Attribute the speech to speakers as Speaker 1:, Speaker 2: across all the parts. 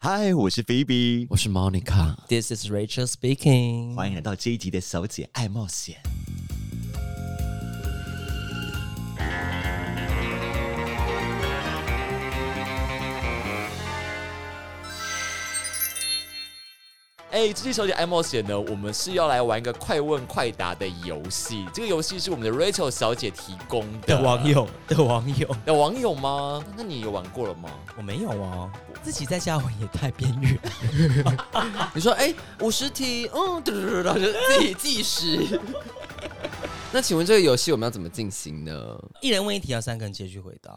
Speaker 1: 嗨，我是菲比，
Speaker 2: 我是 Monica，
Speaker 3: This is Rachel speaking。
Speaker 1: 欢迎来到这一集的《小姐爱冒险》。
Speaker 2: 哎，这期小姐爱冒险呢，我们是要来玩一个快问快答的游戏。这个游戏是我们的 Rachel 小姐提供的
Speaker 3: 的哎网友的网友，
Speaker 2: 的网友吗？那你有玩过了吗？
Speaker 3: 我没有啊，我自己在家玩也太边缘。
Speaker 4: 你说，哎、五十题，嗯，嘟嘟嘟嘟然后就自 己计时。那请问这个游戏我们要怎么进行呢？
Speaker 3: 一人问一题，要三个人接续回答。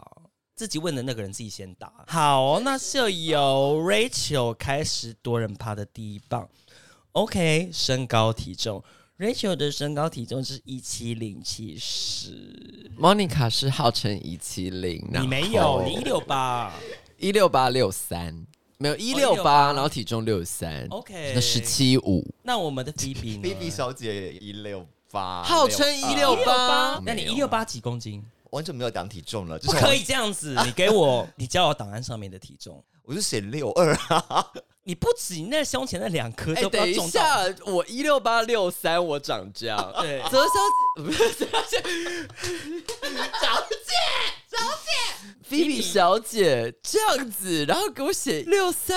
Speaker 3: 自己问的那个人自己先答。好、哦，那就由 Rachel 开始多人趴的第一棒。OK，身高体重，Rachel 的身高体重是一七零七十，
Speaker 4: Monica 是号称一七零，然后
Speaker 3: 你没有，你一六八。
Speaker 4: 一六八六三，没有哦一六八，然后体重六三
Speaker 3: OK
Speaker 4: 那十七五，
Speaker 3: 那我们的 Phoebe
Speaker 1: 菲比
Speaker 3: 呢？
Speaker 1: 小姐一六八，啊
Speaker 4: 号称啊一六八，
Speaker 3: 那你一六八几公斤？
Speaker 1: 完全没有量体重了，就
Speaker 3: 不
Speaker 1: 是
Speaker 3: 可以这样 子，你给我，你教我档案上面的体重，
Speaker 1: 我，我就写六二啊，
Speaker 3: 你不止你那胸前那两颗
Speaker 4: 哎、
Speaker 3: 都不要
Speaker 4: 等一
Speaker 3: 重到。
Speaker 4: 下，我一六八六三，我长这样，
Speaker 3: 对
Speaker 4: 泽小姐不是泽小姐，小姐，菲比小姐这样子，然后给我写六三，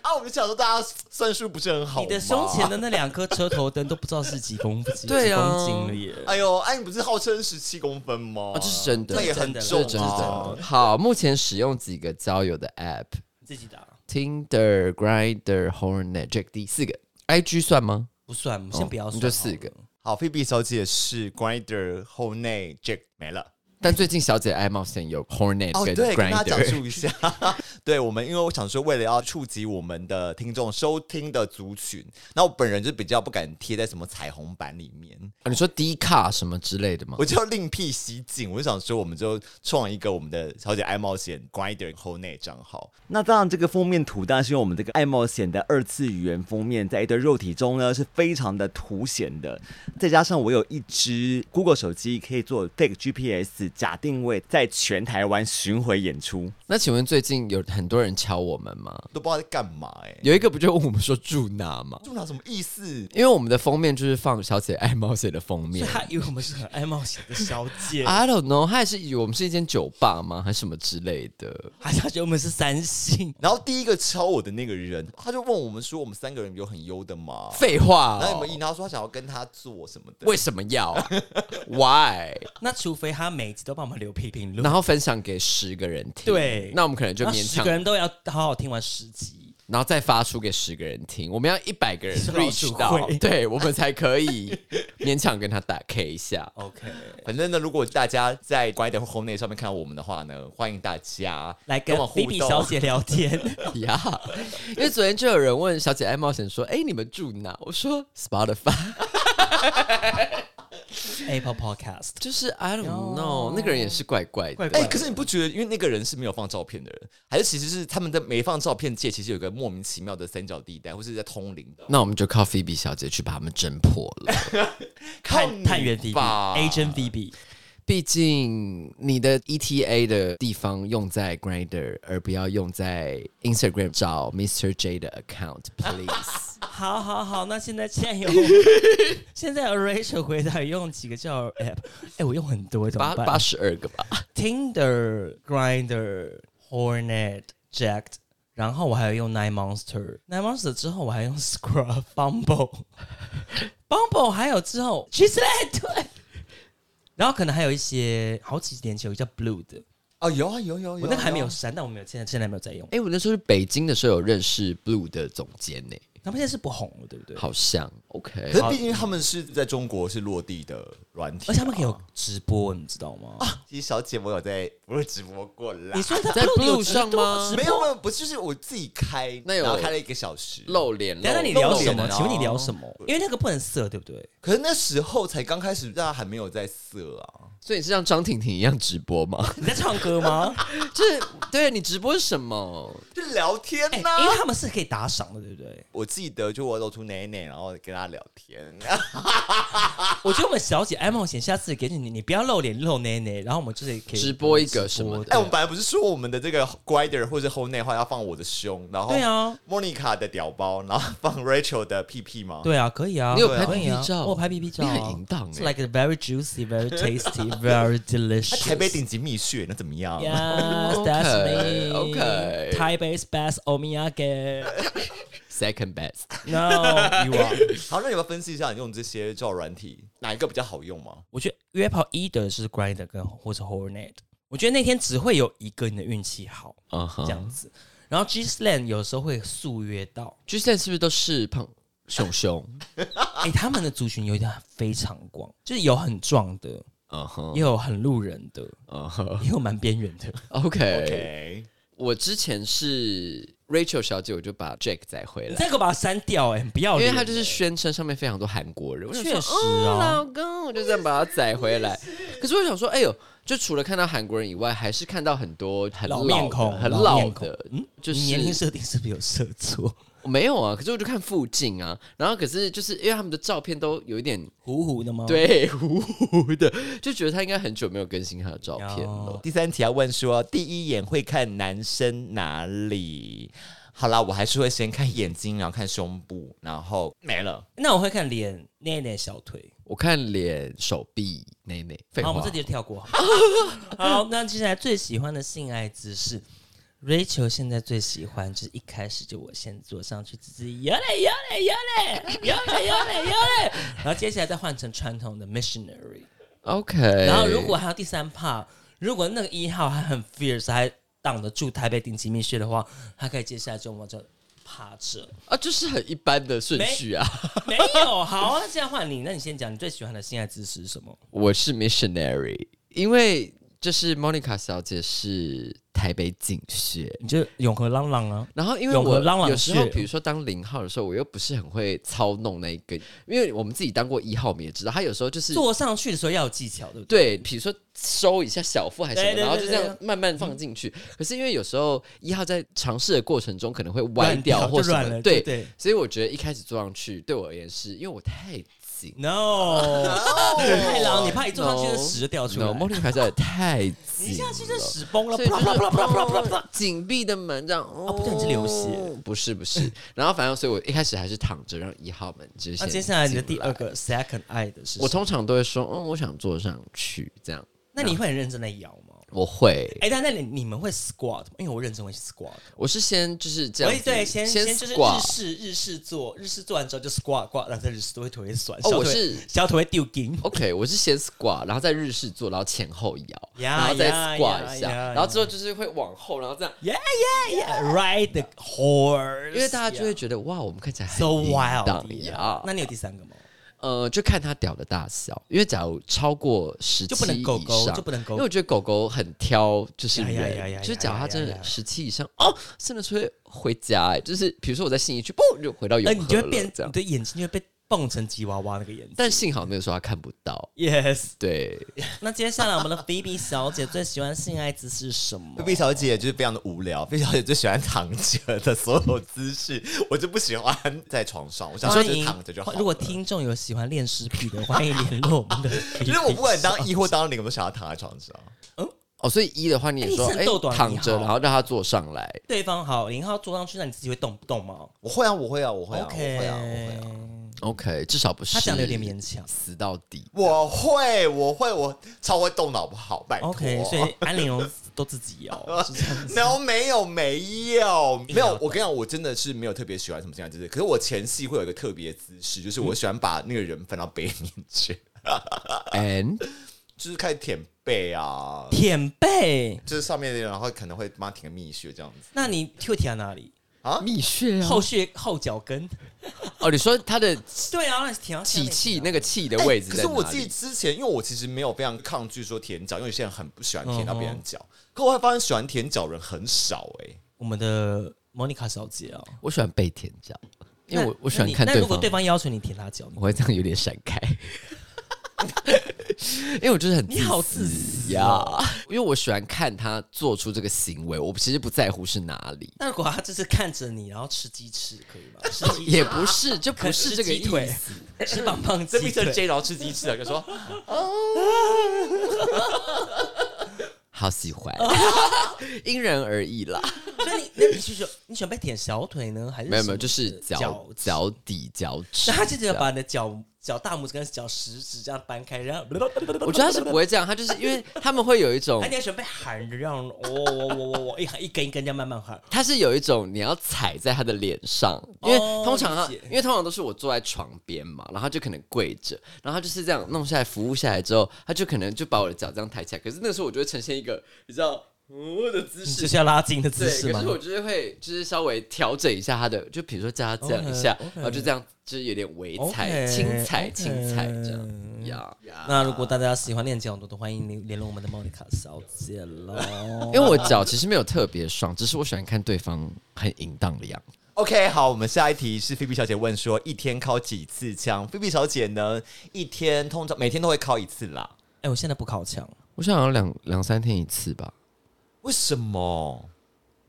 Speaker 1: 啊，我们小时候大家算数不是很好，
Speaker 3: 你的胸前，的那两颗车头灯都不知道是几公 几
Speaker 4: 对
Speaker 3: 几
Speaker 4: 啊
Speaker 3: 公斤了耶。
Speaker 1: 哎呦，哎、你不是号称十七公分吗？
Speaker 4: 哦，这是真的，
Speaker 1: 那也很
Speaker 3: 这是
Speaker 1: 重
Speaker 3: 真
Speaker 1: 啊，
Speaker 3: 的
Speaker 4: 这哦好，目前使用几个交友的 App：Tinder、
Speaker 3: 自己打
Speaker 4: Grinder、Hornet、Jack D 四个。IG 算吗？
Speaker 3: 不算，我们先不要
Speaker 4: 哦
Speaker 3: 算，
Speaker 4: 你就四个。
Speaker 1: 好，菲比小姐是 Grinder 后内 Jack 没了。
Speaker 4: 但最近小姐爱冒险有 Hornet
Speaker 1: 哦，
Speaker 4: 跟
Speaker 1: 对，跟大家讲
Speaker 4: Grinder，
Speaker 1: 述一下， 对我们，因为我想说，为了要触及我们的听众收听的族群，那我本人就比较不敢贴在什么彩虹版里面，
Speaker 4: 哦你说 D 卡什么之类的吗
Speaker 1: 我？就要另辟蹊径，我就想说，我们就创一个我们的小姐爱冒险 Grinder 后内账号。那当然，这个封面图当然是用我们这个爱冒险的二次元封面，在一堆肉体中呢是非常的凸显的。再加上我有一只 Google 手机，可以做 Fake GPS 假定位，在全台湾巡回演出，
Speaker 4: 那请问最近有很多人敲我们吗？
Speaker 1: 都不知道在干嘛哎、欸。
Speaker 4: 有一个不就问我们说住哪吗？
Speaker 1: 住哪什么意思？
Speaker 4: 因为我们的封面就是放小姐爱冒险的封
Speaker 3: 所
Speaker 4: 面
Speaker 3: 以。他以为我们是很爱冒险的小姐，
Speaker 4: I don't know，他也是以为我们是一间酒吧吗？还是什么之类的？
Speaker 3: 还是他觉得我们是三星？
Speaker 1: 然后第一个敲我的那个人，他就问我们说，我们三个人有很优的吗？
Speaker 4: 废话、
Speaker 1: 然后你们
Speaker 4: 哦，
Speaker 1: 一，他说他想要跟他做什么的，
Speaker 4: 为什么要 ？Why？
Speaker 3: 那除非他每一集都帮我们留批评论
Speaker 4: 然，后分享给十个人听。
Speaker 3: 对
Speaker 4: 那我们可能就
Speaker 3: 那
Speaker 4: 勉
Speaker 3: 十
Speaker 4: 强，
Speaker 3: 个人都要好好听完十集。
Speaker 4: 然后再发出给十个人听。我们要一百个人
Speaker 3: 是老鼠
Speaker 4: reach 到
Speaker 3: 会，
Speaker 4: 对我们才可以勉强跟他打 K 一下。
Speaker 3: OK，
Speaker 1: 反正呢，如果大家在乖的 home 内上面看到我们的话呢，欢迎大家
Speaker 3: 来跟
Speaker 1: 我互
Speaker 3: B B
Speaker 1: 动
Speaker 3: 小姐聊 天，
Speaker 4: 呀、因为昨天就有人问小姐爱冒险说：“哎、你们住哪？”我说：“Spotify。
Speaker 3: Apple Podcast ”。
Speaker 4: 就是 I don't know，那个人也是怪怪的。
Speaker 3: 怪怪
Speaker 1: 哎、可是你不觉得，因为那个人是没有放照片的人，还是其实是他们在没放照片界，其实有个莫名其妙的三角地带，或是在通灵的？
Speaker 4: 那我们就靠菲比小姐去把他们侦破了。
Speaker 3: 探探员 B B
Speaker 1: 吧
Speaker 3: Agent B B，
Speaker 4: 毕竟你的 ETA 的地方用在 Grinder，而不要用在 Instagram 找 Mr. J 的 account，please。
Speaker 3: 好好好，那现在现 在有现在有 Rachel 回答用几个叫 app？哎、我用很多，怎么
Speaker 4: 八八
Speaker 3: 办
Speaker 4: 十二个吧。
Speaker 3: ？Tinder、Grinder、Hornet、Jacked，然后我还有用 Nine Monster。Nine Monster 之后，我还用 Scrub、Bumble、Bumble，还有之后 g i s l e 对。然后可能还有一些好几年前有一个叫 Blue 的，
Speaker 1: 哦，有啊，有有有
Speaker 3: 我那个还没有
Speaker 1: 啊
Speaker 3: 删，但我没有现在现在没有在用。
Speaker 4: 哎、我那时候去北京的时候有认识 Blue 的总监呢、
Speaker 3: 他们现在是不红了，对不对？
Speaker 4: 好像 OK
Speaker 1: 可。哎是毕竟他们是在中国是落地的软体、啊
Speaker 3: 而且哦他们可以有直播，你知道吗？
Speaker 1: 哦其实小姐我有在我有直播过啦
Speaker 3: 你，说在
Speaker 4: 在
Speaker 3: Blue 有
Speaker 4: Blue
Speaker 3: 直
Speaker 4: 上
Speaker 3: 播
Speaker 4: 吗
Speaker 3: 直
Speaker 1: 没有没有，不是就是我自己开，
Speaker 4: 那有
Speaker 1: 然后开了一个小时。
Speaker 4: 露脸，
Speaker 3: 等一下，那你
Speaker 4: 露
Speaker 3: 聊
Speaker 4: 脸
Speaker 3: 什么？
Speaker 1: 哦
Speaker 3: 请问你聊什么？ 因为那个不能色，对不对？
Speaker 1: 可是那时候才刚开始，大家还没有在色啊。
Speaker 4: 所以你是像张婷婷一样直 播吗？
Speaker 3: 你在唱歌吗？
Speaker 4: 就是对你直播什么？
Speaker 1: 就聊天
Speaker 3: 哎、
Speaker 1: 呐、啊
Speaker 3: 因为他们是可以打赏的，对不对？
Speaker 1: 我记得就我露出奶奶，然后跟他聊天。
Speaker 3: 嗯我觉得我们小姐爱冒险，下次给你，你不要露脸露内内，然后我们就是可以
Speaker 4: 直播一个什么的
Speaker 3: 直 播
Speaker 1: 哎，我们本来不是说我们的这个 Grider 或者 Whole 内话要放我的胸，然后
Speaker 3: 对啊
Speaker 1: ，Monica 的屌包，然后放 Rachel 的屁屁吗？
Speaker 3: 对啊，可以啊，
Speaker 4: 你有
Speaker 3: 对啊
Speaker 4: 拍
Speaker 3: 可以啊
Speaker 4: PPT 照
Speaker 3: 我有拍 P P 照
Speaker 4: 你
Speaker 3: 啊，
Speaker 4: 很淫荡
Speaker 3: ，It's
Speaker 4: 哎
Speaker 3: like very juicy, very tasty, very
Speaker 1: 他
Speaker 3: delicious。
Speaker 1: 台北顶级蜜雪，那怎么样
Speaker 3: Yes, that's me.
Speaker 4: Okay, okay.
Speaker 3: Taipei's best omiyage.
Speaker 4: Second best，
Speaker 3: No, you are.
Speaker 1: 好，那你要分析一下，你用这些交友软体哪一个比较好用吗？
Speaker 3: 我觉得约炮一的是 Grinder 跟或者 Hornet，我觉得那天只会有一个你的运气好
Speaker 4: 嗯
Speaker 3: 这
Speaker 4: 哼
Speaker 3: 样子。然后 G Slan 有时候会速约到，
Speaker 4: ，G 现在是不是都是胖熊熊？
Speaker 3: 哎、他们的族群有点非常广，就是有很壮的，
Speaker 4: 嗯哼，
Speaker 3: 也有很路人的，
Speaker 4: 嗯哼
Speaker 3: 也有蛮边缘 的。哎
Speaker 4: ，OK。
Speaker 1: OK，
Speaker 4: 我之前是 Rachel 小姐，我就把 Jack 载回
Speaker 3: 你
Speaker 4: 来。
Speaker 3: 再给我把它删掉、哎，很不要
Speaker 4: 因
Speaker 3: 脸。
Speaker 4: 为他就是宣称上面非常多韩国人，我想说
Speaker 3: 确实
Speaker 4: 哦，
Speaker 3: 啊
Speaker 4: 老公，我就这样把他载回来。可是我想说，哎呦，就除了看到韩国人以外，还是看到很多很
Speaker 3: 老
Speaker 4: 的
Speaker 3: 面孔
Speaker 4: 很
Speaker 3: 老
Speaker 4: 老
Speaker 3: 面孔
Speaker 4: 的，
Speaker 3: 嗯，
Speaker 4: 就
Speaker 3: 就是是年龄设定是不是有设错？
Speaker 4: 没有啊。可是我就看附近啊，然后可是就是因为他们的照片都有一点
Speaker 3: 糊糊的吗？，
Speaker 4: 对糊糊的，就觉得他应该很久没有更新他的照片了
Speaker 3: 哦。
Speaker 1: 第三题要问说，第一眼会看男生哪里？好啦，我还是会先看眼睛，然后看胸部，然后没了。
Speaker 3: 那我会看脸、内内、小腿。
Speaker 4: 我看脸、手臂、内内，废
Speaker 3: 好，我们
Speaker 4: 话
Speaker 3: 这，题就跳 过。好，那接下来最喜欢的性爱姿势，Rachel 现在最喜欢就是一开始就我先坐上去，自己摇嘞摇嘞摇嘞摇嘞摇嘞摇嘞，然后接下来再换成传统的 missionary。
Speaker 4: OK。
Speaker 3: 然后如果还有第三 part，如果那个一号还很 fierce，还挡得住台北顶级蜜穴的话，他可以接下来就往这趴 着。
Speaker 4: 啊，就是很一般的顺序啊。
Speaker 3: 没有，好，那现在换你，那你先讲你最喜欢的性爱姿势是什么？
Speaker 4: 我是 missionary，因为就是 Monica 小姐是台北警学，
Speaker 3: 你就永和浪浪啊，
Speaker 4: 然后因为
Speaker 3: 永和
Speaker 4: 我
Speaker 3: 朗朗
Speaker 4: 有时候
Speaker 3: 穴
Speaker 4: 比如说当零号的时候，我又不是很会操弄那一个，因为我们自己当过一号，我们也知道他有时候就是
Speaker 3: 坐上去的时候要有技巧，对不对？
Speaker 4: 对，比如说收一下小腹还是什么，
Speaker 3: 对对
Speaker 4: 然后就
Speaker 3: 对
Speaker 4: 这
Speaker 3: 对嗯
Speaker 4: 样慢慢放进去。可是因为有时候一号在尝试的过程中可能会歪
Speaker 3: 软掉
Speaker 4: 或
Speaker 3: 就
Speaker 4: 什
Speaker 3: 软
Speaker 4: 么，
Speaker 3: 了
Speaker 4: 对
Speaker 3: 对对
Speaker 4: 所以我觉得一开始坐上去对我而言是因为我太紧。
Speaker 3: No，太郎，你怕一坐上去就屎就掉出来
Speaker 4: No，莫妮卡小姐太紧了，
Speaker 3: 你一下去就屎崩了，
Speaker 4: 所以就
Speaker 3: 啪
Speaker 4: 是
Speaker 3: 啪啪啪啪啪啪。
Speaker 4: 哦紧闭的门这样。哦
Speaker 3: 哦不对你是流血，
Speaker 4: 不是不 是。然后反正，所以我一开始还是躺着，让一号门就是
Speaker 3: 那
Speaker 4: 先
Speaker 3: 接下来你的
Speaker 4: 进
Speaker 3: 第二个 second 爱的是什么，
Speaker 4: 我通常都会说，嗯，我想坐上去这样。
Speaker 3: 那你会很认真的摇吗？
Speaker 4: 我会，
Speaker 3: 哎，但那你你们会 squat 吗？因为我认真会 squat，
Speaker 4: 我是先就是这
Speaker 3: 我会
Speaker 4: 样子，
Speaker 3: 对先先就是日
Speaker 4: squat
Speaker 3: 式日式做，日式做完之后就 squat squat，然后再日式都会腿会酸，
Speaker 4: 哦
Speaker 3: 小
Speaker 4: 我
Speaker 3: 腿
Speaker 4: 是
Speaker 3: 小腿会丢筋。
Speaker 4: OK，我是先 squat，然后在日式做，然后前后摇
Speaker 3: 呀
Speaker 4: 然后再
Speaker 3: 呀
Speaker 4: squat
Speaker 3: 呀
Speaker 4: 一下
Speaker 3: 呀
Speaker 4: 然后之后就是会往后，然后这样，
Speaker 3: Yeah, yeah, yeah. Ride the horse.
Speaker 4: 因为大家就会觉得哇，我们看起来很
Speaker 3: so
Speaker 4: 淫
Speaker 3: wild
Speaker 4: 荡
Speaker 3: 呀
Speaker 4: 呀。。
Speaker 3: 那你有第三个吗？
Speaker 4: 呃，就看它屌的大小，因为假如超过十七
Speaker 3: 就不能狗狗
Speaker 4: 以上
Speaker 3: 就不能狗狗
Speaker 4: 因为我觉得狗狗很挑，就是
Speaker 3: 呀
Speaker 4: 人，
Speaker 3: 呀呀呀
Speaker 4: 就是
Speaker 3: 呀
Speaker 4: 假如
Speaker 3: 呀
Speaker 4: 它
Speaker 3: 呀
Speaker 4: 真
Speaker 3: 呀
Speaker 4: 的十七以上哦，真的是会回家、欸，就是比如说我在信义区，嘣就回到
Speaker 3: 那哎
Speaker 4: 永和
Speaker 3: 你就会
Speaker 4: 了
Speaker 3: 变，
Speaker 4: 这
Speaker 3: 你
Speaker 4: 样。
Speaker 3: 的眼睛就会被蹦成吉娃娃那个眼睛。
Speaker 4: 但幸好那个时候他看不到，
Speaker 3: Yes，
Speaker 4: 对，
Speaker 3: 那接下来我们的 b b 小姐最喜欢性爱姿势是什么
Speaker 1: 菲菲小姐就是非常的无聊，菲菲小姐最喜欢躺着的所有姿势，我就不喜欢在床上，我想说
Speaker 3: 欢
Speaker 1: 就是
Speaker 3: 迎
Speaker 1: 躺着就好了。
Speaker 3: 如果听众有喜欢恋尸癖的，欢迎联络 我们的 BB 小姐。
Speaker 1: 就是我不管当一或当零，我都想要躺在床上。
Speaker 4: 哦，所以一的话你也
Speaker 3: 哎你
Speaker 4: 说，
Speaker 3: 是
Speaker 4: 哎、
Speaker 3: 豆短你
Speaker 4: 躺着，
Speaker 3: 好
Speaker 4: 然后让他坐上来，
Speaker 3: 对方好，零号坐上去，那你自己会动不动吗
Speaker 1: 我会啊，我会啊，我会啊，我
Speaker 3: ？OK，
Speaker 1: 会啊，我会啊。
Speaker 4: OK，至少不是
Speaker 3: 他讲的有点勉强。
Speaker 4: 死到底。
Speaker 1: 我会，我会，我超会动脑，不好，拜托。
Speaker 3: OK，所以安玲容都自己 摇，是这样子。
Speaker 1: 然后没有没有没有
Speaker 3: 要，
Speaker 1: 我跟你讲，我真的是没有特别喜欢什么这样就是，可是我前戏会有一个特别姿势，就是
Speaker 3: 嗯
Speaker 1: 我喜欢把那个人翻到背面去，
Speaker 4: And
Speaker 1: 就是开始舔背啊，
Speaker 3: 舔背，
Speaker 1: 就是上面的人，然后可能会帮他舔个蜜穴这样子。
Speaker 3: 那你 Q 舔哪里？
Speaker 4: 蜜穴啊，
Speaker 3: 后穴后脚跟。
Speaker 4: 哦，你说他的
Speaker 3: 对啊，那舔到下
Speaker 4: 起
Speaker 3: 面
Speaker 4: 气
Speaker 3: 去啊
Speaker 4: 那个气的位置
Speaker 1: 哎可
Speaker 4: 在
Speaker 1: 是
Speaker 4: 哪里？
Speaker 1: 我自己之前，因为我其实没有非常抗拒说舔脚，因为有些人很不喜欢舔
Speaker 4: 嗯
Speaker 1: 到别人脚，可我会发现喜欢舔脚人很少哎、
Speaker 3: 我们的 Monica 小姐啊，
Speaker 4: 我喜欢被舔脚，因为
Speaker 3: 那
Speaker 4: 我我喜欢
Speaker 3: 那你
Speaker 4: 看
Speaker 3: 那
Speaker 4: 对
Speaker 3: 如果
Speaker 4: 方
Speaker 3: 对方要求你舔他脚，你
Speaker 4: 我会这样有点闪开， 因为我就是很
Speaker 3: 你好自私
Speaker 4: 呀、
Speaker 3: 哦
Speaker 4: 因为我喜欢看他做出这个行为，我其实不在乎是哪里，
Speaker 3: 那如果他只是看着你，然后吃鸡翅，可 以吗？吃鸡
Speaker 4: 也不是，就不是这个
Speaker 3: 鸡
Speaker 4: 意
Speaker 3: 腿
Speaker 4: 思。，
Speaker 3: 吃棒棒
Speaker 2: 这
Speaker 3: 鸡
Speaker 2: Mr.
Speaker 3: 腿。
Speaker 2: J 然后吃鸡翅了，就说
Speaker 4: 好喜欢， 因人而异啦。
Speaker 3: 那你那你是说你喜欢被舔小腿呢，还是
Speaker 4: 没有没
Speaker 3: 什
Speaker 4: 有，
Speaker 3: 么
Speaker 4: 就是脚
Speaker 3: 脚趾？
Speaker 4: 脚底脚趾。
Speaker 3: 那他就只要
Speaker 4: 这样
Speaker 3: 把你的脚脚大拇指跟脚食指这样搬开，然后
Speaker 4: 我觉得他是不会这样，他就是因为他们会有一种
Speaker 3: 哎，你，还喜欢被喊着这哦样，我我我我我一喊一根一根这样慢慢 喊。
Speaker 4: 他是有一种你要踩在他的脸上，因为
Speaker 3: 哦
Speaker 4: 通常他啊
Speaker 3: 理解，
Speaker 4: 因为通常都是我坐在床边嘛，然后他就可能跪着，然后他就是这样弄下来，服务下来之后，他就可能就把我的脚这样抬起来，可是那个时候我就会呈现一个比较嗯的姿
Speaker 3: 你
Speaker 4: 势
Speaker 3: 就。是要拉近的姿
Speaker 4: 对，
Speaker 3: 势
Speaker 4: 可
Speaker 3: 吗
Speaker 4: 是？我就是会，就是稍微调整一下他的，就比如说叫他这样一下
Speaker 3: OK，OK
Speaker 4: 然后就这样，就是有点微踩、
Speaker 3: OK，
Speaker 4: 轻踩、
Speaker 3: OK
Speaker 4: 轻踩这样呀。
Speaker 3: 那如果大家喜欢练脚多的，欢迎联联络我们的莫妮卡小姐喽。
Speaker 4: 因为我脚其实没有特别爽，只是我喜欢看对方很淫荡的样子。
Speaker 1: OK，好，我们下一题是菲比小姐问说，一天敲几次枪？菲比小姐呢，一天通常每天都会敲一次啦。
Speaker 3: 哎，我现在不靠墙，
Speaker 4: 我想要两两三天一次吧，
Speaker 1: 为什么？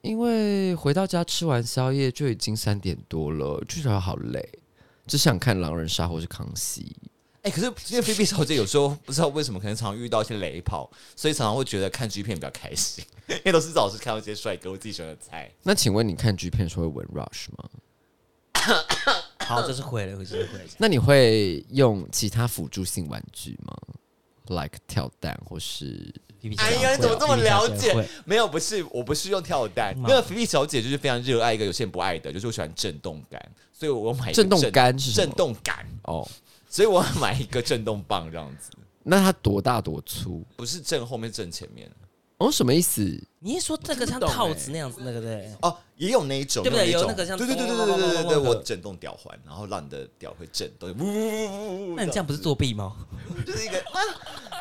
Speaker 4: 因为回到家吃完宵夜就已经三点多了，就觉得好累，只想看《狼人杀》或是《康熙
Speaker 1: 哎、可是因为菲比小姐有时候不知道为什么，可能常常遇到一些雷炮，所以常常会觉得看 G 片比较开心，因为都是老是看到一些帅哥，我自己喜欢的菜。》。
Speaker 4: 那请问你看剧片的时候会闻 rush 吗？
Speaker 3: 好，这是毁了，这是 毁了。
Speaker 4: 那你会用其他辅助性玩具吗？like 跳蛋或是
Speaker 3: 皮皮小
Speaker 1: 哎
Speaker 3: 姐会
Speaker 1: 呀，
Speaker 4: 啊
Speaker 1: 你怎么这么了
Speaker 3: 皮皮
Speaker 1: 解
Speaker 3: 小姐会？
Speaker 1: 没有，不是，我不是用跳蛋，因
Speaker 3: 嗯
Speaker 1: 为菲比小姐就是非常热爱一个有些人不爱的，就是我喜欢震动杆，所以我买一个
Speaker 4: 震动杆是什
Speaker 1: 震
Speaker 4: 么？
Speaker 1: 动杆，
Speaker 4: 哦，
Speaker 1: 所以我买一个震动棒这样子，
Speaker 4: 那它多大多粗？
Speaker 1: 不是正后面正前面。
Speaker 4: 哦，什么意思？
Speaker 3: 你是说这个像套子那样子那个对？
Speaker 1: 哦，也有那一种，
Speaker 3: 对不对
Speaker 1: 也
Speaker 3: 有
Speaker 1: 一种
Speaker 3: 那个像
Speaker 1: 对对对对
Speaker 3: 咚
Speaker 1: 对
Speaker 3: 咚咚
Speaker 1: 对对
Speaker 3: 咚
Speaker 1: 对，
Speaker 3: 咚
Speaker 1: 我
Speaker 3: 的
Speaker 1: 震动吊环，然后让你的吊会震动，呜呜呜呜呜。
Speaker 3: 那你这样不是作弊吗？
Speaker 1: 就是一个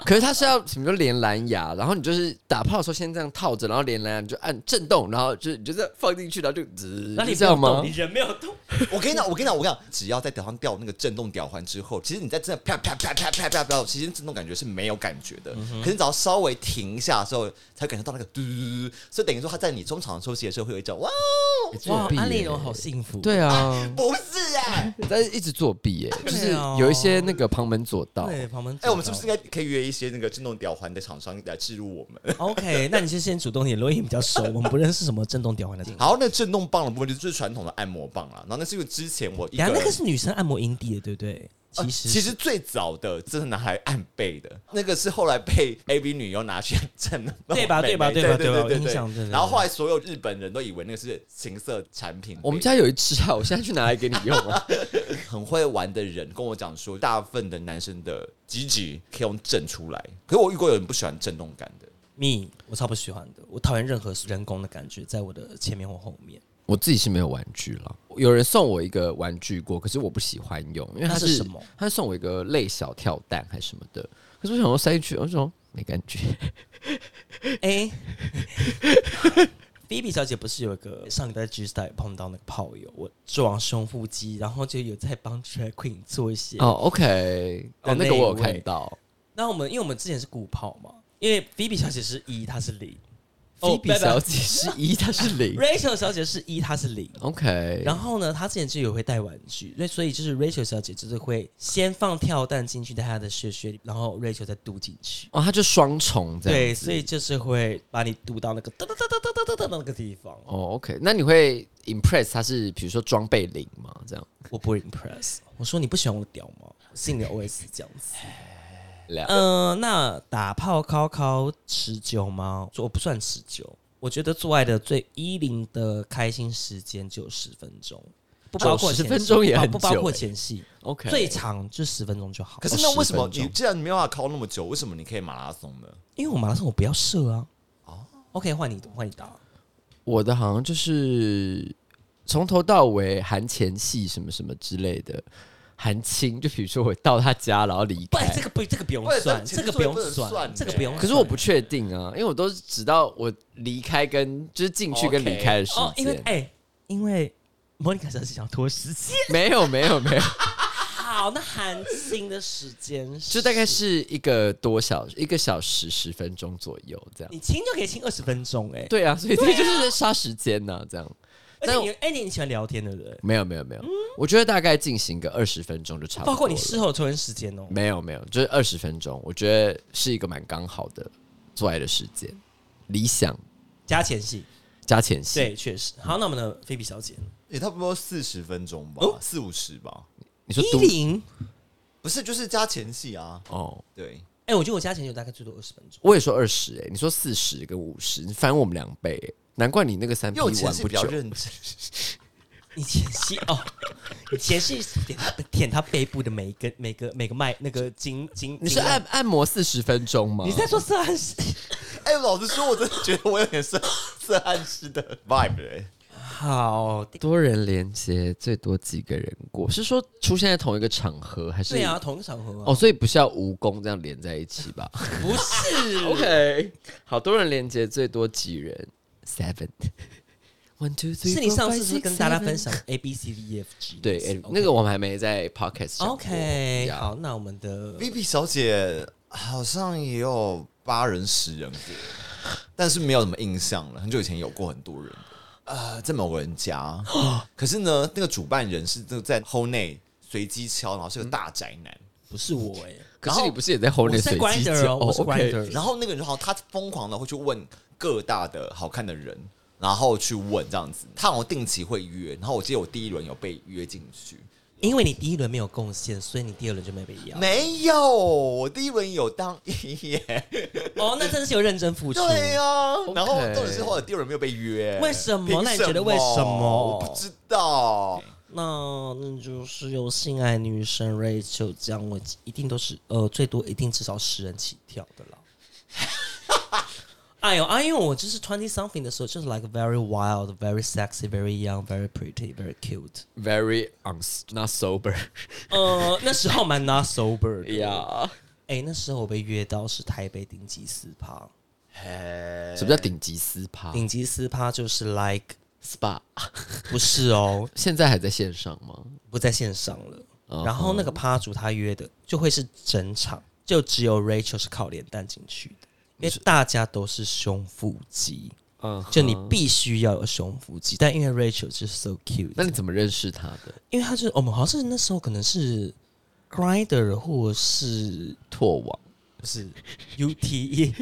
Speaker 4: 可是它是要什么就连蓝牙，然后你就是打炮的时候先这样套着，然后连蓝牙你就按震动，然后就是你就这样放进去，然后就滋，
Speaker 3: 那你
Speaker 4: 是这样
Speaker 3: 没有
Speaker 4: 吗
Speaker 3: 动你？人没有动，
Speaker 1: 我跟你讲，我跟你讲，我跟你讲，只要在吊上吊那个震动吊环之后，其实你在真的啪啪啪啪啪啪啪，其实震动感觉是没有感觉的。
Speaker 3: 嗯
Speaker 1: 可是你只要稍微停一下的时候，才感觉到那个嘟嘟嘟嘟，所以等于说他在你中场休息的时候会有一种哇哦，
Speaker 4: 欸作
Speaker 3: 哇
Speaker 4: 弊，耶
Speaker 3: 安利荣好幸福。
Speaker 4: 对啊，
Speaker 1: 不是 哎、
Speaker 4: 但是一直作弊耶，就
Speaker 3: 对啊
Speaker 4: 是有一些那个旁门左道。
Speaker 3: 对，旁边。
Speaker 1: 哎、我们是不是应该可以约一些那个震动吊环的厂商来置入我们？
Speaker 3: OK，那你是先主动点，罗伊比较熟，我们不认识什么震动屌环的地方。
Speaker 1: 好，那震动棒的部分就是最传统的按摩棒啦。然后那是因为之前我 一
Speaker 3: 等
Speaker 1: 个
Speaker 3: 下那个是女生按摩营地的，对不对？
Speaker 1: 呃
Speaker 3: 其实
Speaker 1: 其实最早的真的拿来按背的，那个是后来被 A V 女优拿去震的，
Speaker 3: 对吧
Speaker 1: 美
Speaker 3: 对吧
Speaker 1: 眉对
Speaker 3: 对吧
Speaker 1: 对
Speaker 3: 对吧
Speaker 1: 对
Speaker 3: 我印象对对对
Speaker 1: 然后后来所有日本人都以为那个是情色产品。
Speaker 4: 我们家有一只啊，我现在去拿来给你用 啊。
Speaker 1: 很会玩的人跟我讲说，大部分的男生的鸡鸡可以用震出来，可是我遇过有人不喜欢震动感的。
Speaker 3: me 我超不喜欢的，我讨厌任何人工的感觉在我的前面或后面。
Speaker 4: 我自己是没有玩具了，有人送我一个玩具过，可是我不喜欢用，因为它
Speaker 3: 那是什么？
Speaker 4: 他送我一个类小跳蛋还是什么的，可是我想说塞进去，我就说没感 觉。
Speaker 3: 哎、菲比小姐不是有一个上礼拜 G Star 碰到那个炮友，我撞胸腹肌，然后就有在帮 Drag Queen 做一些。
Speaker 4: 哦，OK，哦，那
Speaker 3: 那一
Speaker 4: 个我有
Speaker 3: 位
Speaker 4: 看到。
Speaker 3: 那我们因为我们之前是鼓炮嘛，因为菲比小姐是一，她是零。
Speaker 4: 菲比
Speaker 3: 拜拜
Speaker 4: 小姐是一，她是 零。
Speaker 3: Rachel 小姐是一，她是零。
Speaker 4: OK，
Speaker 3: 然后呢，她之前就有会带玩具，所以所以就是 Rachel 小姐就是会先放跳蛋进去在她的血血里，然后 Rachel 再嘟进去。
Speaker 4: 哦，她就双重这样。
Speaker 3: 对，所以就是会把你嘟到那个哒哒哒哒哒哒哒哒那个地方，
Speaker 4: 哦，OK，那你会 impress 她是比如说装备零吗？这样
Speaker 3: 我不会 impress。我说你不喜欢我屌吗？我心里 always 这样子。
Speaker 4: 了
Speaker 3: 嗯、那打炮靠靠持久吗？我不算持久，我觉得做爱的最一零的开心时间就十分钟，不包括
Speaker 4: 90
Speaker 3: 前戏
Speaker 4: 分钟也很
Speaker 3: 不包
Speaker 4: 久
Speaker 3: 括
Speaker 4: 欸
Speaker 3: 前戏，
Speaker 4: OK，
Speaker 3: 最长就十分钟就好
Speaker 1: 可。是那
Speaker 4: 10
Speaker 1: 为什么
Speaker 4: 分钟
Speaker 1: 你既然没有办法靠那么久，为什么你可以马拉松呢？
Speaker 3: 因为我马拉松我不要射啊。OK，换你换你打。
Speaker 4: 我的好像就是从头到尾含前戏什么什么之类的，含亲，就比如说我到她家然后离
Speaker 3: 不
Speaker 4: 开，，
Speaker 3: 这个不这个不用
Speaker 1: 不
Speaker 3: 算，
Speaker 1: 这
Speaker 3: 这个
Speaker 1: 这
Speaker 3: 不用
Speaker 1: 不能算
Speaker 3: 算，这个
Speaker 1: 欸
Speaker 3: 不用算。
Speaker 4: 可是我不确定啊，因为我都是直到我离开跟就是进去跟离开的时间。
Speaker 3: 哦，因为哎、因为莫妮卡小姐想拖时间，
Speaker 4: 没有没有没有，
Speaker 3: 好，那寒心的时间
Speaker 4: 就大概是一个多小一个小时十分钟左右这样。
Speaker 3: 你亲就可以亲二十分钟哎、
Speaker 4: 对啊，所以这个就是杀时间呐、这样。
Speaker 3: 而且
Speaker 4: 但
Speaker 3: 你哎、你你喜欢聊天对不对？
Speaker 4: 没有没有没有，我觉得大概进行个二十分钟就差不多
Speaker 3: 嗯包
Speaker 4: 了。
Speaker 3: 括你事后抽烟时间哦、
Speaker 4: 没有没有，就是二十分钟，我觉得是一个蛮刚好的做爱的时间，理想
Speaker 3: 加前戏，
Speaker 4: 加前戏。
Speaker 3: 对，确实。好，那我们的菲比小姐，
Speaker 1: 也差不多四十分钟吧
Speaker 3: 哦，
Speaker 1: 四五十吧，
Speaker 4: 你说
Speaker 3: 一
Speaker 4: 都
Speaker 3: 零，
Speaker 1: 不是就是加前戏啊，
Speaker 4: 哦，
Speaker 1: 对，
Speaker 3: 哎，我觉得我加前戏有大概最多二十分钟，
Speaker 4: 我也说二十哎，你说四十跟五十，你翻我们两倍、欸，难怪你那个三
Speaker 1: 因
Speaker 4: P
Speaker 1: 为我
Speaker 4: 玩
Speaker 1: 前戏
Speaker 4: 不
Speaker 1: 比较
Speaker 4: 久。
Speaker 3: 啊
Speaker 1: 认真，
Speaker 3: 你前戏哦，你前戏舔她舔她背部的每一个每个每个脉那个筋筋，
Speaker 4: 你是
Speaker 3: 筋啊
Speaker 4: 按按摩四十分钟吗？
Speaker 3: 你在做色暗示？
Speaker 1: 哎，老实说，我真的觉得我有点色色暗示的欸 vibe 嘞，
Speaker 3: 好，
Speaker 4: 多人连接最多几个人过？是说出现在同一个场合还是？
Speaker 3: 对啊，同一个场合
Speaker 4: 哦，
Speaker 3: 啊，
Speaker 4: 所以不是要蜈蚣这样连在一起吧
Speaker 3: 不 是，
Speaker 4: ？OK，好多人连接最多几人？Seven。One two three，
Speaker 3: 是你
Speaker 4: four,
Speaker 3: 上次是
Speaker 4: five,
Speaker 3: 不是
Speaker 4: six,
Speaker 3: 跟大家
Speaker 4: seven
Speaker 3: 分享 A B C D E F G？
Speaker 4: 对，
Speaker 3: 是
Speaker 4: 哎
Speaker 3: ，OK
Speaker 4: 那个我们还没在 podcast 讲过
Speaker 3: OK，
Speaker 4: 呀
Speaker 3: 好，那我们的
Speaker 1: v p 小姐好像也有八人十人过，但是没有什么印象了。很久以前有过很多人的，呃，在某个人 家，可是呢，那个主办人是就在后内随机敲，然后是个大宅男。
Speaker 3: 不是我哎，
Speaker 4: 可是你不是也在 Hornet
Speaker 3: 我是
Speaker 4: 随机
Speaker 3: Grinder
Speaker 4: 叫
Speaker 3: 哦，我是
Speaker 4: OK
Speaker 3: Grinder，
Speaker 1: 然后那个人好像他疯狂的会去问各大的好看的人，然后去问这样子。他好像定期会约，然后我记得我第一轮有被约进去，
Speaker 3: 因为你第一轮没有贡献，所以你第二轮就没被邀。
Speaker 1: 没有，我第一轮有当一 耶，
Speaker 3: 哦，那真的是有啊认真付出。
Speaker 1: 对呀、然后
Speaker 4: OK
Speaker 1: 重点是后来第二轮没有被约，
Speaker 3: 为什么
Speaker 1: 凭
Speaker 3: 那你觉得为什么
Speaker 1: 我不知道。
Speaker 3: 那那就是有性爱女神 Rachel 这样，我一定都是呃，最多一定至少十人起跳的啦。 哎呦啊！因为我就是 twenty something 的时候，就是 like very wild, very sexy, very young, very pretty, very cute。
Speaker 4: Very on not sober
Speaker 3: 呃，那时候蛮 not sober 的。
Speaker 4: 呀。
Speaker 3: 哎、那时候我被约到是台北顶级四趴，
Speaker 1: 嘿
Speaker 4: 什么叫顶级私趴
Speaker 3: 顶级四趴就是 like
Speaker 4: SPA？
Speaker 3: 不是哦，
Speaker 4: 现在还在线上吗？
Speaker 3: 不在线上了。
Speaker 4: 哦
Speaker 3: 然后那个趴主他约的就会是整场，就只有 Rachel 是靠脸蛋进去的，因为大家都是胸腹肌，
Speaker 4: 嗯，
Speaker 3: 就你必须要有胸腹肌。但因为 Rachel 就是 so
Speaker 4: 那
Speaker 3: cute，
Speaker 4: 你怎么认识他的？
Speaker 3: 因为他就是我们好像是那时候可能是 Grinder 或是
Speaker 4: 拓网
Speaker 3: 不 是 E，UT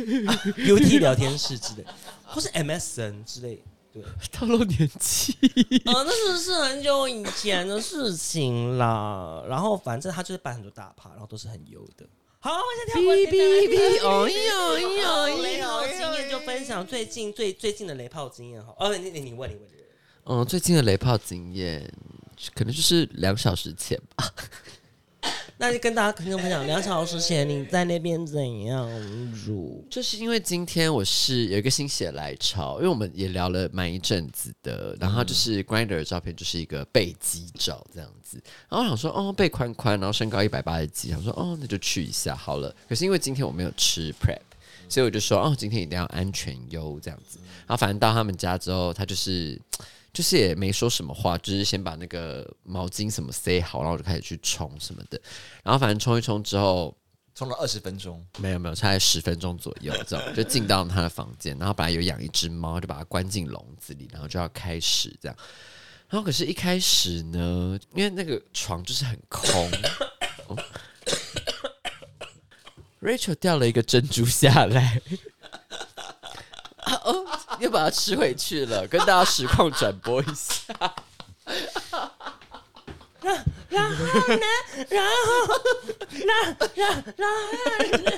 Speaker 3: UT 聊天室之类，或是 MSN 之类。对，
Speaker 4: 透露年纪，
Speaker 3: 呃，那是是很久以前的事情啦。然后反正他就是办很多大趴，然后都是很优的。好，我想跳过
Speaker 4: 哔
Speaker 3: 这
Speaker 4: 哔
Speaker 3: 个
Speaker 4: 哔，哦哟
Speaker 3: 哎
Speaker 4: 哟哟！
Speaker 3: 雷炮经验就分享最近最最近的雷炮经验好。哦，你你你问你问，你问
Speaker 4: 嗯，最近的雷炮经验可能就是两小时前吧。
Speaker 3: 那就跟大家听众分享，梁小时前你在那边怎样如？
Speaker 4: 就是因为今天我是有一个心血来潮，因为我们也聊了蛮一阵子的，然后就是 Grinder 的照片就是一个背肌照这样子，然后我想说哦背宽宽，然后身高一百八十几，想说哦那就去一下好了。可是因为今天我没有吃 prep，所以我就说哦今天一定要安全优这样子。然后反正到他们家之后，他就是就是也没说什么话，就是先把那个毛巾什么塞好，然后我就开始去冲什么的。然后反正冲一冲之后，
Speaker 1: 冲了二十分钟，
Speaker 4: 没有没有，差十分钟左右，这样就进到他的房间，然后本来有养一只猫，就把它关进笼子里，然后就要开始这样。然后可是，一开始呢，因为那个床就是很 空、哦 Rachel 掉了一个珍珠下来， 啊哦，又把它吃回去了，跟大家实况转播一下。
Speaker 3: 然后，然然然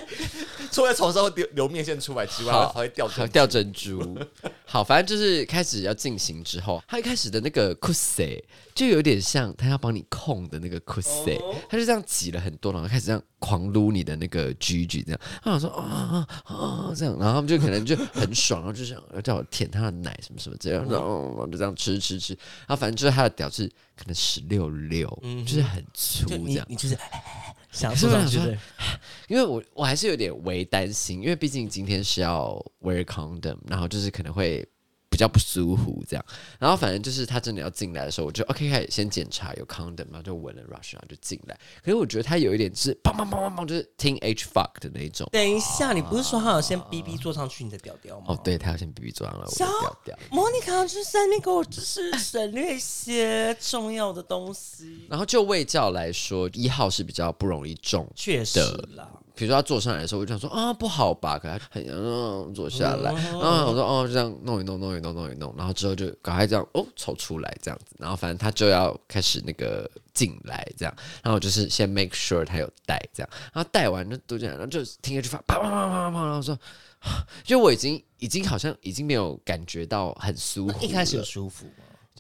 Speaker 1: 坐在床上会流流面线出来之外，还会掉出
Speaker 4: 好掉珍珠。 好，反正就是开始要进行之后，他一开始的那个 c u s e 就有点像他要帮你控的那个 c u s e 他就这样挤了很多，然后开始这样狂撸你的那个 G G 这样。他想说啊啊啊这样，然后他们就可能就很爽，然后就想要叫我舔他的奶什么什么这样，然后我就这样吃吃吃。然后反正就是他的屌是可能十六六，就是很粗
Speaker 3: 就
Speaker 4: 这
Speaker 3: 你
Speaker 4: 样。
Speaker 3: 你就是想说上去对，
Speaker 4: 因为我我还是有点微担心，因为毕竟今天是要 wear condom，然后就是可能会比较不舒服这样。然后反正就是他真的要进来的时候，我就 OK 开始先检查有 condom，然后就闻了 rush，然后就进来。可是我觉得他有一点是砰砰砰砰砰，就是听 H fuck 的那一种。
Speaker 3: 等一下，你不是说他有先 B B 坐上去你的表表吗？
Speaker 4: 哦，对他要先 BB 装了，我就
Speaker 3: 小
Speaker 4: 掉掉。
Speaker 3: 莫妮卡就是在那个，就是省略一些重要的东西。
Speaker 4: 然后就卫教来说，一号是比较不容易中
Speaker 3: 确实啦，
Speaker 4: 比如说他坐上来的时候，我就想说啊不好吧，可他很嗯坐下来，然后我说哦就这样弄一弄弄一弄弄一弄，然后之后就赶快这样哦抽出来这样子，然后反正他就要开始那个进来这样，然后我就是先 make sure 他有带这样，然后带完就都这样，然后就听下去发啪啪啪啪啪，然后说，啊就我已经已经好像已经没有感觉到很舒服了，
Speaker 3: 一开始有舒服吗？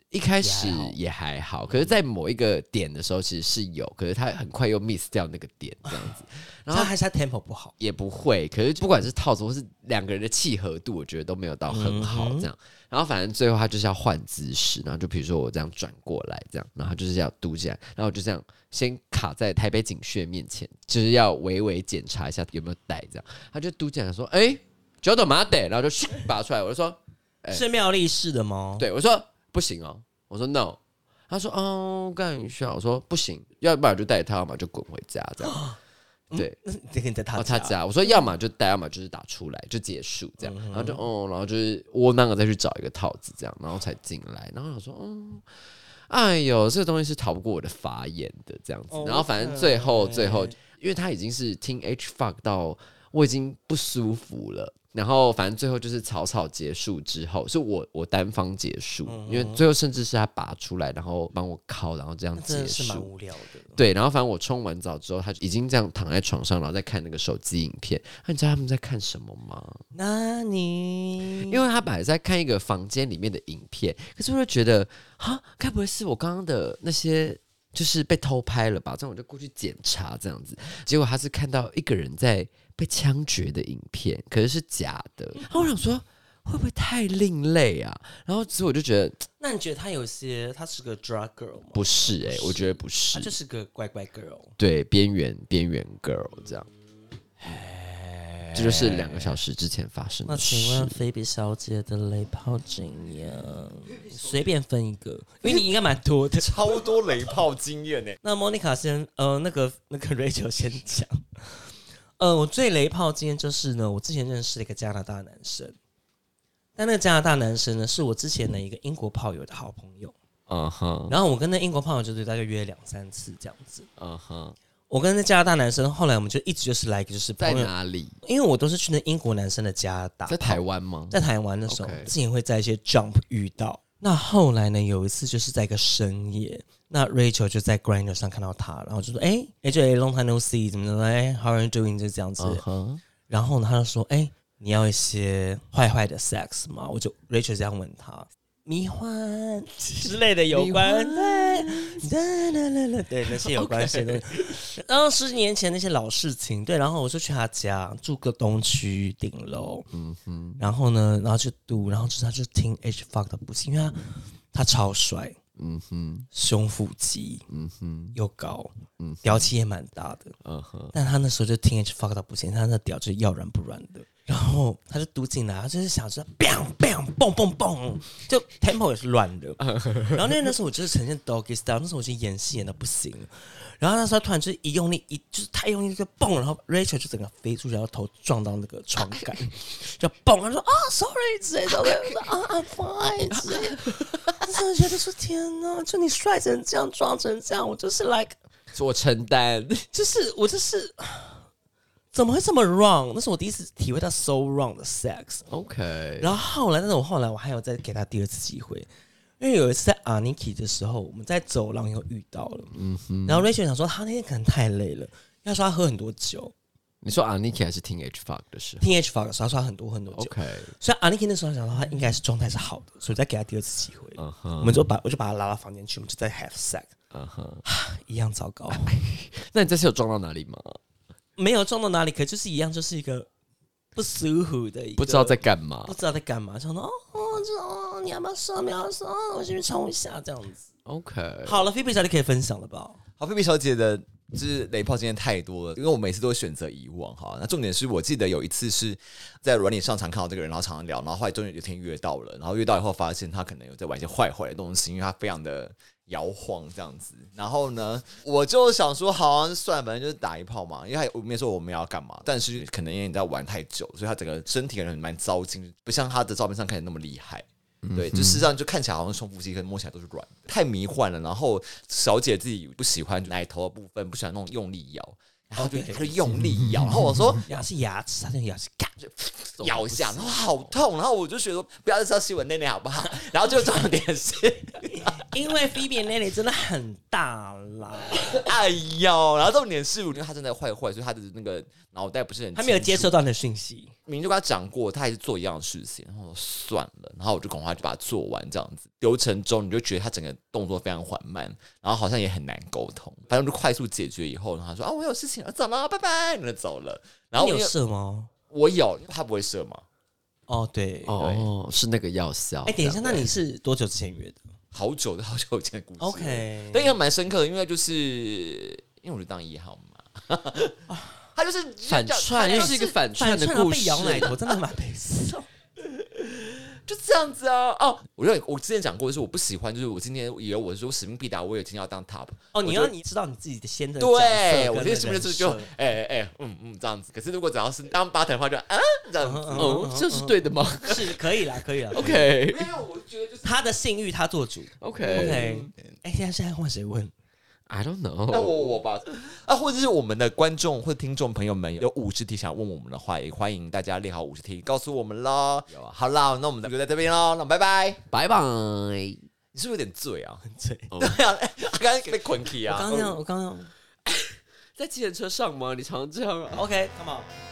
Speaker 4: 一开始也还好，可是，在某一个点的时候，其实是有，可是他很快又 miss 掉那个点，这样子然
Speaker 3: 然
Speaker 4: 后
Speaker 3: 后还是他 tempo 不好，
Speaker 4: 也不会。可是不管是套子或是两个人的契合度，我觉得都没有到很好这样。然后反正最后他就是要换姿势，然后就比如说我这样转过来这样，然后他就是要嘟起来，然后我就这样先卡在台北警穴面前，就是要微微检查一下有没有带这样。他就嘟起来说：“哎、久等马得。”然后就咻拔出来，我就说。哎
Speaker 3: 是妙力士的吗？，
Speaker 4: 对我说不行哦，我说 no，他说哦干一下，我说不行，要不然就带他，要么就滚回家这样。对，
Speaker 3: 这个你在他
Speaker 4: 哦，他家，我说要么就带，要么就是打出来就结束这样，
Speaker 3: 嗯
Speaker 4: 然后就哦，然后就是窝囊个再去找一个套子这样，然后才进来，然后我想说嗯。哎呦，这个东西是逃不过我的法眼的，这样子。
Speaker 3: 哦
Speaker 4: 然后反正最后
Speaker 3: 对
Speaker 4: 最后，因为他已经是听 H fuck 到我已经不舒服了，然后反正最后就是草草结束之后，是我我单方结束，
Speaker 3: 嗯
Speaker 4: 因为最后甚至是他拔出来，然后帮我敲，然后这样
Speaker 3: 那真
Speaker 4: 结
Speaker 3: 的是
Speaker 4: 束
Speaker 3: 蛮。无聊的。
Speaker 4: 对，然后反正我冲完澡之后，他就已经这样躺在床上，然后在看那个手机影片。那你知道他们在看什么吗？
Speaker 3: 那你
Speaker 4: 因为他本来在看一个房间里面的影片，可是我就觉得，啊，该不会是我刚刚的那些就是被偷拍了吧？这样我就过去检查这样子，结果他是看到一个人在被枪决的影片，可是是假的。然后我想说，会不会太另类啊？然后所以我就觉得
Speaker 3: 那你觉得他有些他是个 drug girl 吗？
Speaker 4: 不是哎、我觉得不是，
Speaker 3: 他就是个乖乖 girl。
Speaker 4: 对边缘边缘 girl 这样。这就是两个小时之前发生
Speaker 3: 那
Speaker 4: 的
Speaker 3: 请
Speaker 4: 事
Speaker 3: 问。菲比小姐的雷炮怎样？随便分一个，因为你应该蛮多的。
Speaker 2: 超多雷炮经验呢、
Speaker 3: 那莫妮卡先，呃，那个那个 Rachel 先讲。呃，我最雷炮经验就是呢，我之前认识了一个加拿大男生，但那个加拿大男生呢，是我之前的一个英国炮友的好朋友。
Speaker 4: 嗯哼，
Speaker 3: 然后我跟那英国炮友就对大概约两三次这样子。
Speaker 4: 嗯哼，
Speaker 3: 我跟那加拿大男生后来我们就一直就是来就是
Speaker 4: 在
Speaker 3: 朋友，
Speaker 4: 哪里？
Speaker 3: 因为我都是去那英国男生的家打
Speaker 4: 啊在台湾吗？
Speaker 3: 在台湾的时候
Speaker 4: OK
Speaker 3: 之前会在一些 Jump 遇到。那后来呢，有一次就是在一个深夜，那 Rachel 就在 Grinder 上看到他，然后就说：“哎、r a c h e l long time no see，怎么怎么，哎、h o w are you doing？” 就这样子。
Speaker 4: 嗯哼，
Speaker 3: 然后呢，他就说：“哎、你要一些坏坏的 sex 吗？”我就 Rachel 这样问他。迷 幻之类的有关，对，啦啦啦啦 对那些有关系的东西。然后十几年前那些老事情，对，然后我就去他家住个东区顶楼，嗯哼，然后呢，然后去读，然后就是他就听 H fuck 的不行，因为他他超帅，
Speaker 4: 嗯哼，
Speaker 3: 胸腹肌
Speaker 4: 嗯哼，
Speaker 3: 又高，
Speaker 4: 嗯
Speaker 3: 嗯，屌气也蛮大的，
Speaker 4: 嗯哼，
Speaker 3: 但他那时候就听 H fuck 到不行，他那屌就是要软不软的。然后他就嘟进来，他就是想说 bang bang 蹦蹦蹦，就 tempo 也是乱的。然后那那时候我就是呈现 doggy style，那时候我已经演戏演的不行了。然后那时候他突然就是一用力，一就是太用力就蹦，然后 Rachel 就整个飞出去，然后头撞到那个床杆，就蹦。他说啊、s o r r y 之类的，我说啊，I'm fine 之类的。我真的觉得说天哪，就你帅成这样，装成这样，我就是 like
Speaker 4: 是我承担。
Speaker 3: 就是我就是怎么会这么 wrong？那是我第一次体会到 so wrong 的 sex。
Speaker 4: OK，
Speaker 3: 然后后来，但是我后来我还有再给他第二次机会，因为有一次在 Aniki 的时候，我们在走廊又遇到了，嗯哼。然后 Rachel 想说他那天可能太累了，要说他喝很多酒，
Speaker 4: 你说 Aniki 还是听 H Fuck 的时候
Speaker 3: 听 H f o 的时候他说他很多很多酒。
Speaker 4: ？OK，
Speaker 3: 所以 Aniki 那时候想到他应该是状态是好的，所以再给他第二次机会。
Speaker 4: 嗯
Speaker 3: 我
Speaker 4: 哼，
Speaker 3: 们就把我就把他拉到房间去，我们就在 have sex，
Speaker 4: 嗯哼。
Speaker 3: 一样糟糕，
Speaker 4: 哎那你这次有撞到哪里吗？
Speaker 3: 没有撞到哪里，可就是一样，就是一个不舒服的一个，
Speaker 4: 不知道在干嘛
Speaker 3: 不。知道在干嘛，想说哦哦，就哦，你要不要射？你要射，哦我先去冲一下这样子。
Speaker 4: OK，
Speaker 3: 好了，菲比小姐可以分享了吧？
Speaker 1: 好，菲比小姐的就是雷炮经验太多了，因为我每次都会选择遗忘哈。那重点是我记得有一次是在软体上常看到这个人，然后常常聊，然后后来终于有一天约到了，然后约到以后发现他可能有在玩一些坏坏的东西，因为他非常的摇晃这样子。然后呢，我就想说，好、啊，算了，反正就是打一炮嘛，因为他也我没说我们要干嘛，但是可能因为你在玩太久，所以他整个身体可能蛮糟心，不像他的照片上看起来那么厉害。对，就事实上就看起来好像胸腹肌，跟摸起来都是软的，太迷幻了。然后小姐自己不喜欢奶头的部分，不喜欢那种用力摇，然后就
Speaker 3: 对
Speaker 1: 她就用力摇。然后我说
Speaker 3: 牙是牙齿，他那个牙齿嘎就
Speaker 2: 咬
Speaker 1: 咬
Speaker 2: 一
Speaker 1: 一
Speaker 2: 下
Speaker 1: 下，，然后好痛。然后我就觉得不要再吃到西文内内好不好？然后就重点是，
Speaker 3: 因为 Phoebe 那里真的很大啦，
Speaker 1: 哎呦，然后重点是
Speaker 2: 是我觉得他真的坏坏，所以他的那个脑袋不是很，
Speaker 3: 他没有接
Speaker 2: 受。
Speaker 3: 收到你的讯息。
Speaker 2: 明明就跟他讲过，他还是做一样的事情，然后我说算了，然后我就赶快就把它做完，这样子流程中你就觉得他整个动作非常缓慢，然后好像也很难沟通，反正我就快速解决以后，然后他说啊我有事情了，走了，拜拜，然后就走了。然后
Speaker 3: 你
Speaker 2: 我
Speaker 3: 有
Speaker 2: 有
Speaker 3: 射吗？
Speaker 2: 我有，他不会射嘛，
Speaker 3: 哦，对。
Speaker 4: 哦，是那个药效。
Speaker 3: 哎、等一下，那你是多久之前约的
Speaker 2: 好久好久以前的 故事
Speaker 4: 哦
Speaker 2: 了。
Speaker 3: ？OK，
Speaker 2: 但印象蛮深刻的，因为就是因为我就当一号嘛， 他就是
Speaker 4: 反串，又是一个反串的故
Speaker 3: 被
Speaker 4: 事。
Speaker 3: 摇奶头真的蛮 悲伤。
Speaker 2: 就这样子啊。哦，我认为我之前讲过，就是我不喜欢，就是我今天以为我说使命必达，我有天要当 top。
Speaker 3: 哦，你要你知道你自己的先的角色
Speaker 2: 对，
Speaker 3: 跟
Speaker 2: 我
Speaker 3: 的
Speaker 2: 这是不是
Speaker 3: 人
Speaker 2: 就
Speaker 3: 设
Speaker 2: 哎哎哎，嗯嗯这样子？可是如果只要是当八的话就，啊这
Speaker 3: 嗯
Speaker 2: 样子。
Speaker 4: 哦，这是对的吗
Speaker 3: 是可以啦，可以啦。
Speaker 4: ？OK
Speaker 2: 因为我觉得就是，
Speaker 3: 他的性欲他做主。
Speaker 4: OK
Speaker 3: OK，哎、现在现在换谁问？
Speaker 4: I don't
Speaker 2: 那
Speaker 4: know。
Speaker 2: 我我吧，啊，或者是我们的观众或听众朋友们有五十题想问我们的话，也欢迎大家列好五十题告诉我们喽。
Speaker 3: 啊
Speaker 2: 好啦，那我们的就在这边喽，那拜拜。
Speaker 4: 拜拜。
Speaker 2: 你是不是有点醉啊？
Speaker 3: 对，
Speaker 2: 对啊，刚刚被捆起
Speaker 3: 我
Speaker 2: 啊
Speaker 3: 刚。刚这样，我刚刚
Speaker 4: 在计程车上吗？你常常这样啊？
Speaker 3: OK，come on。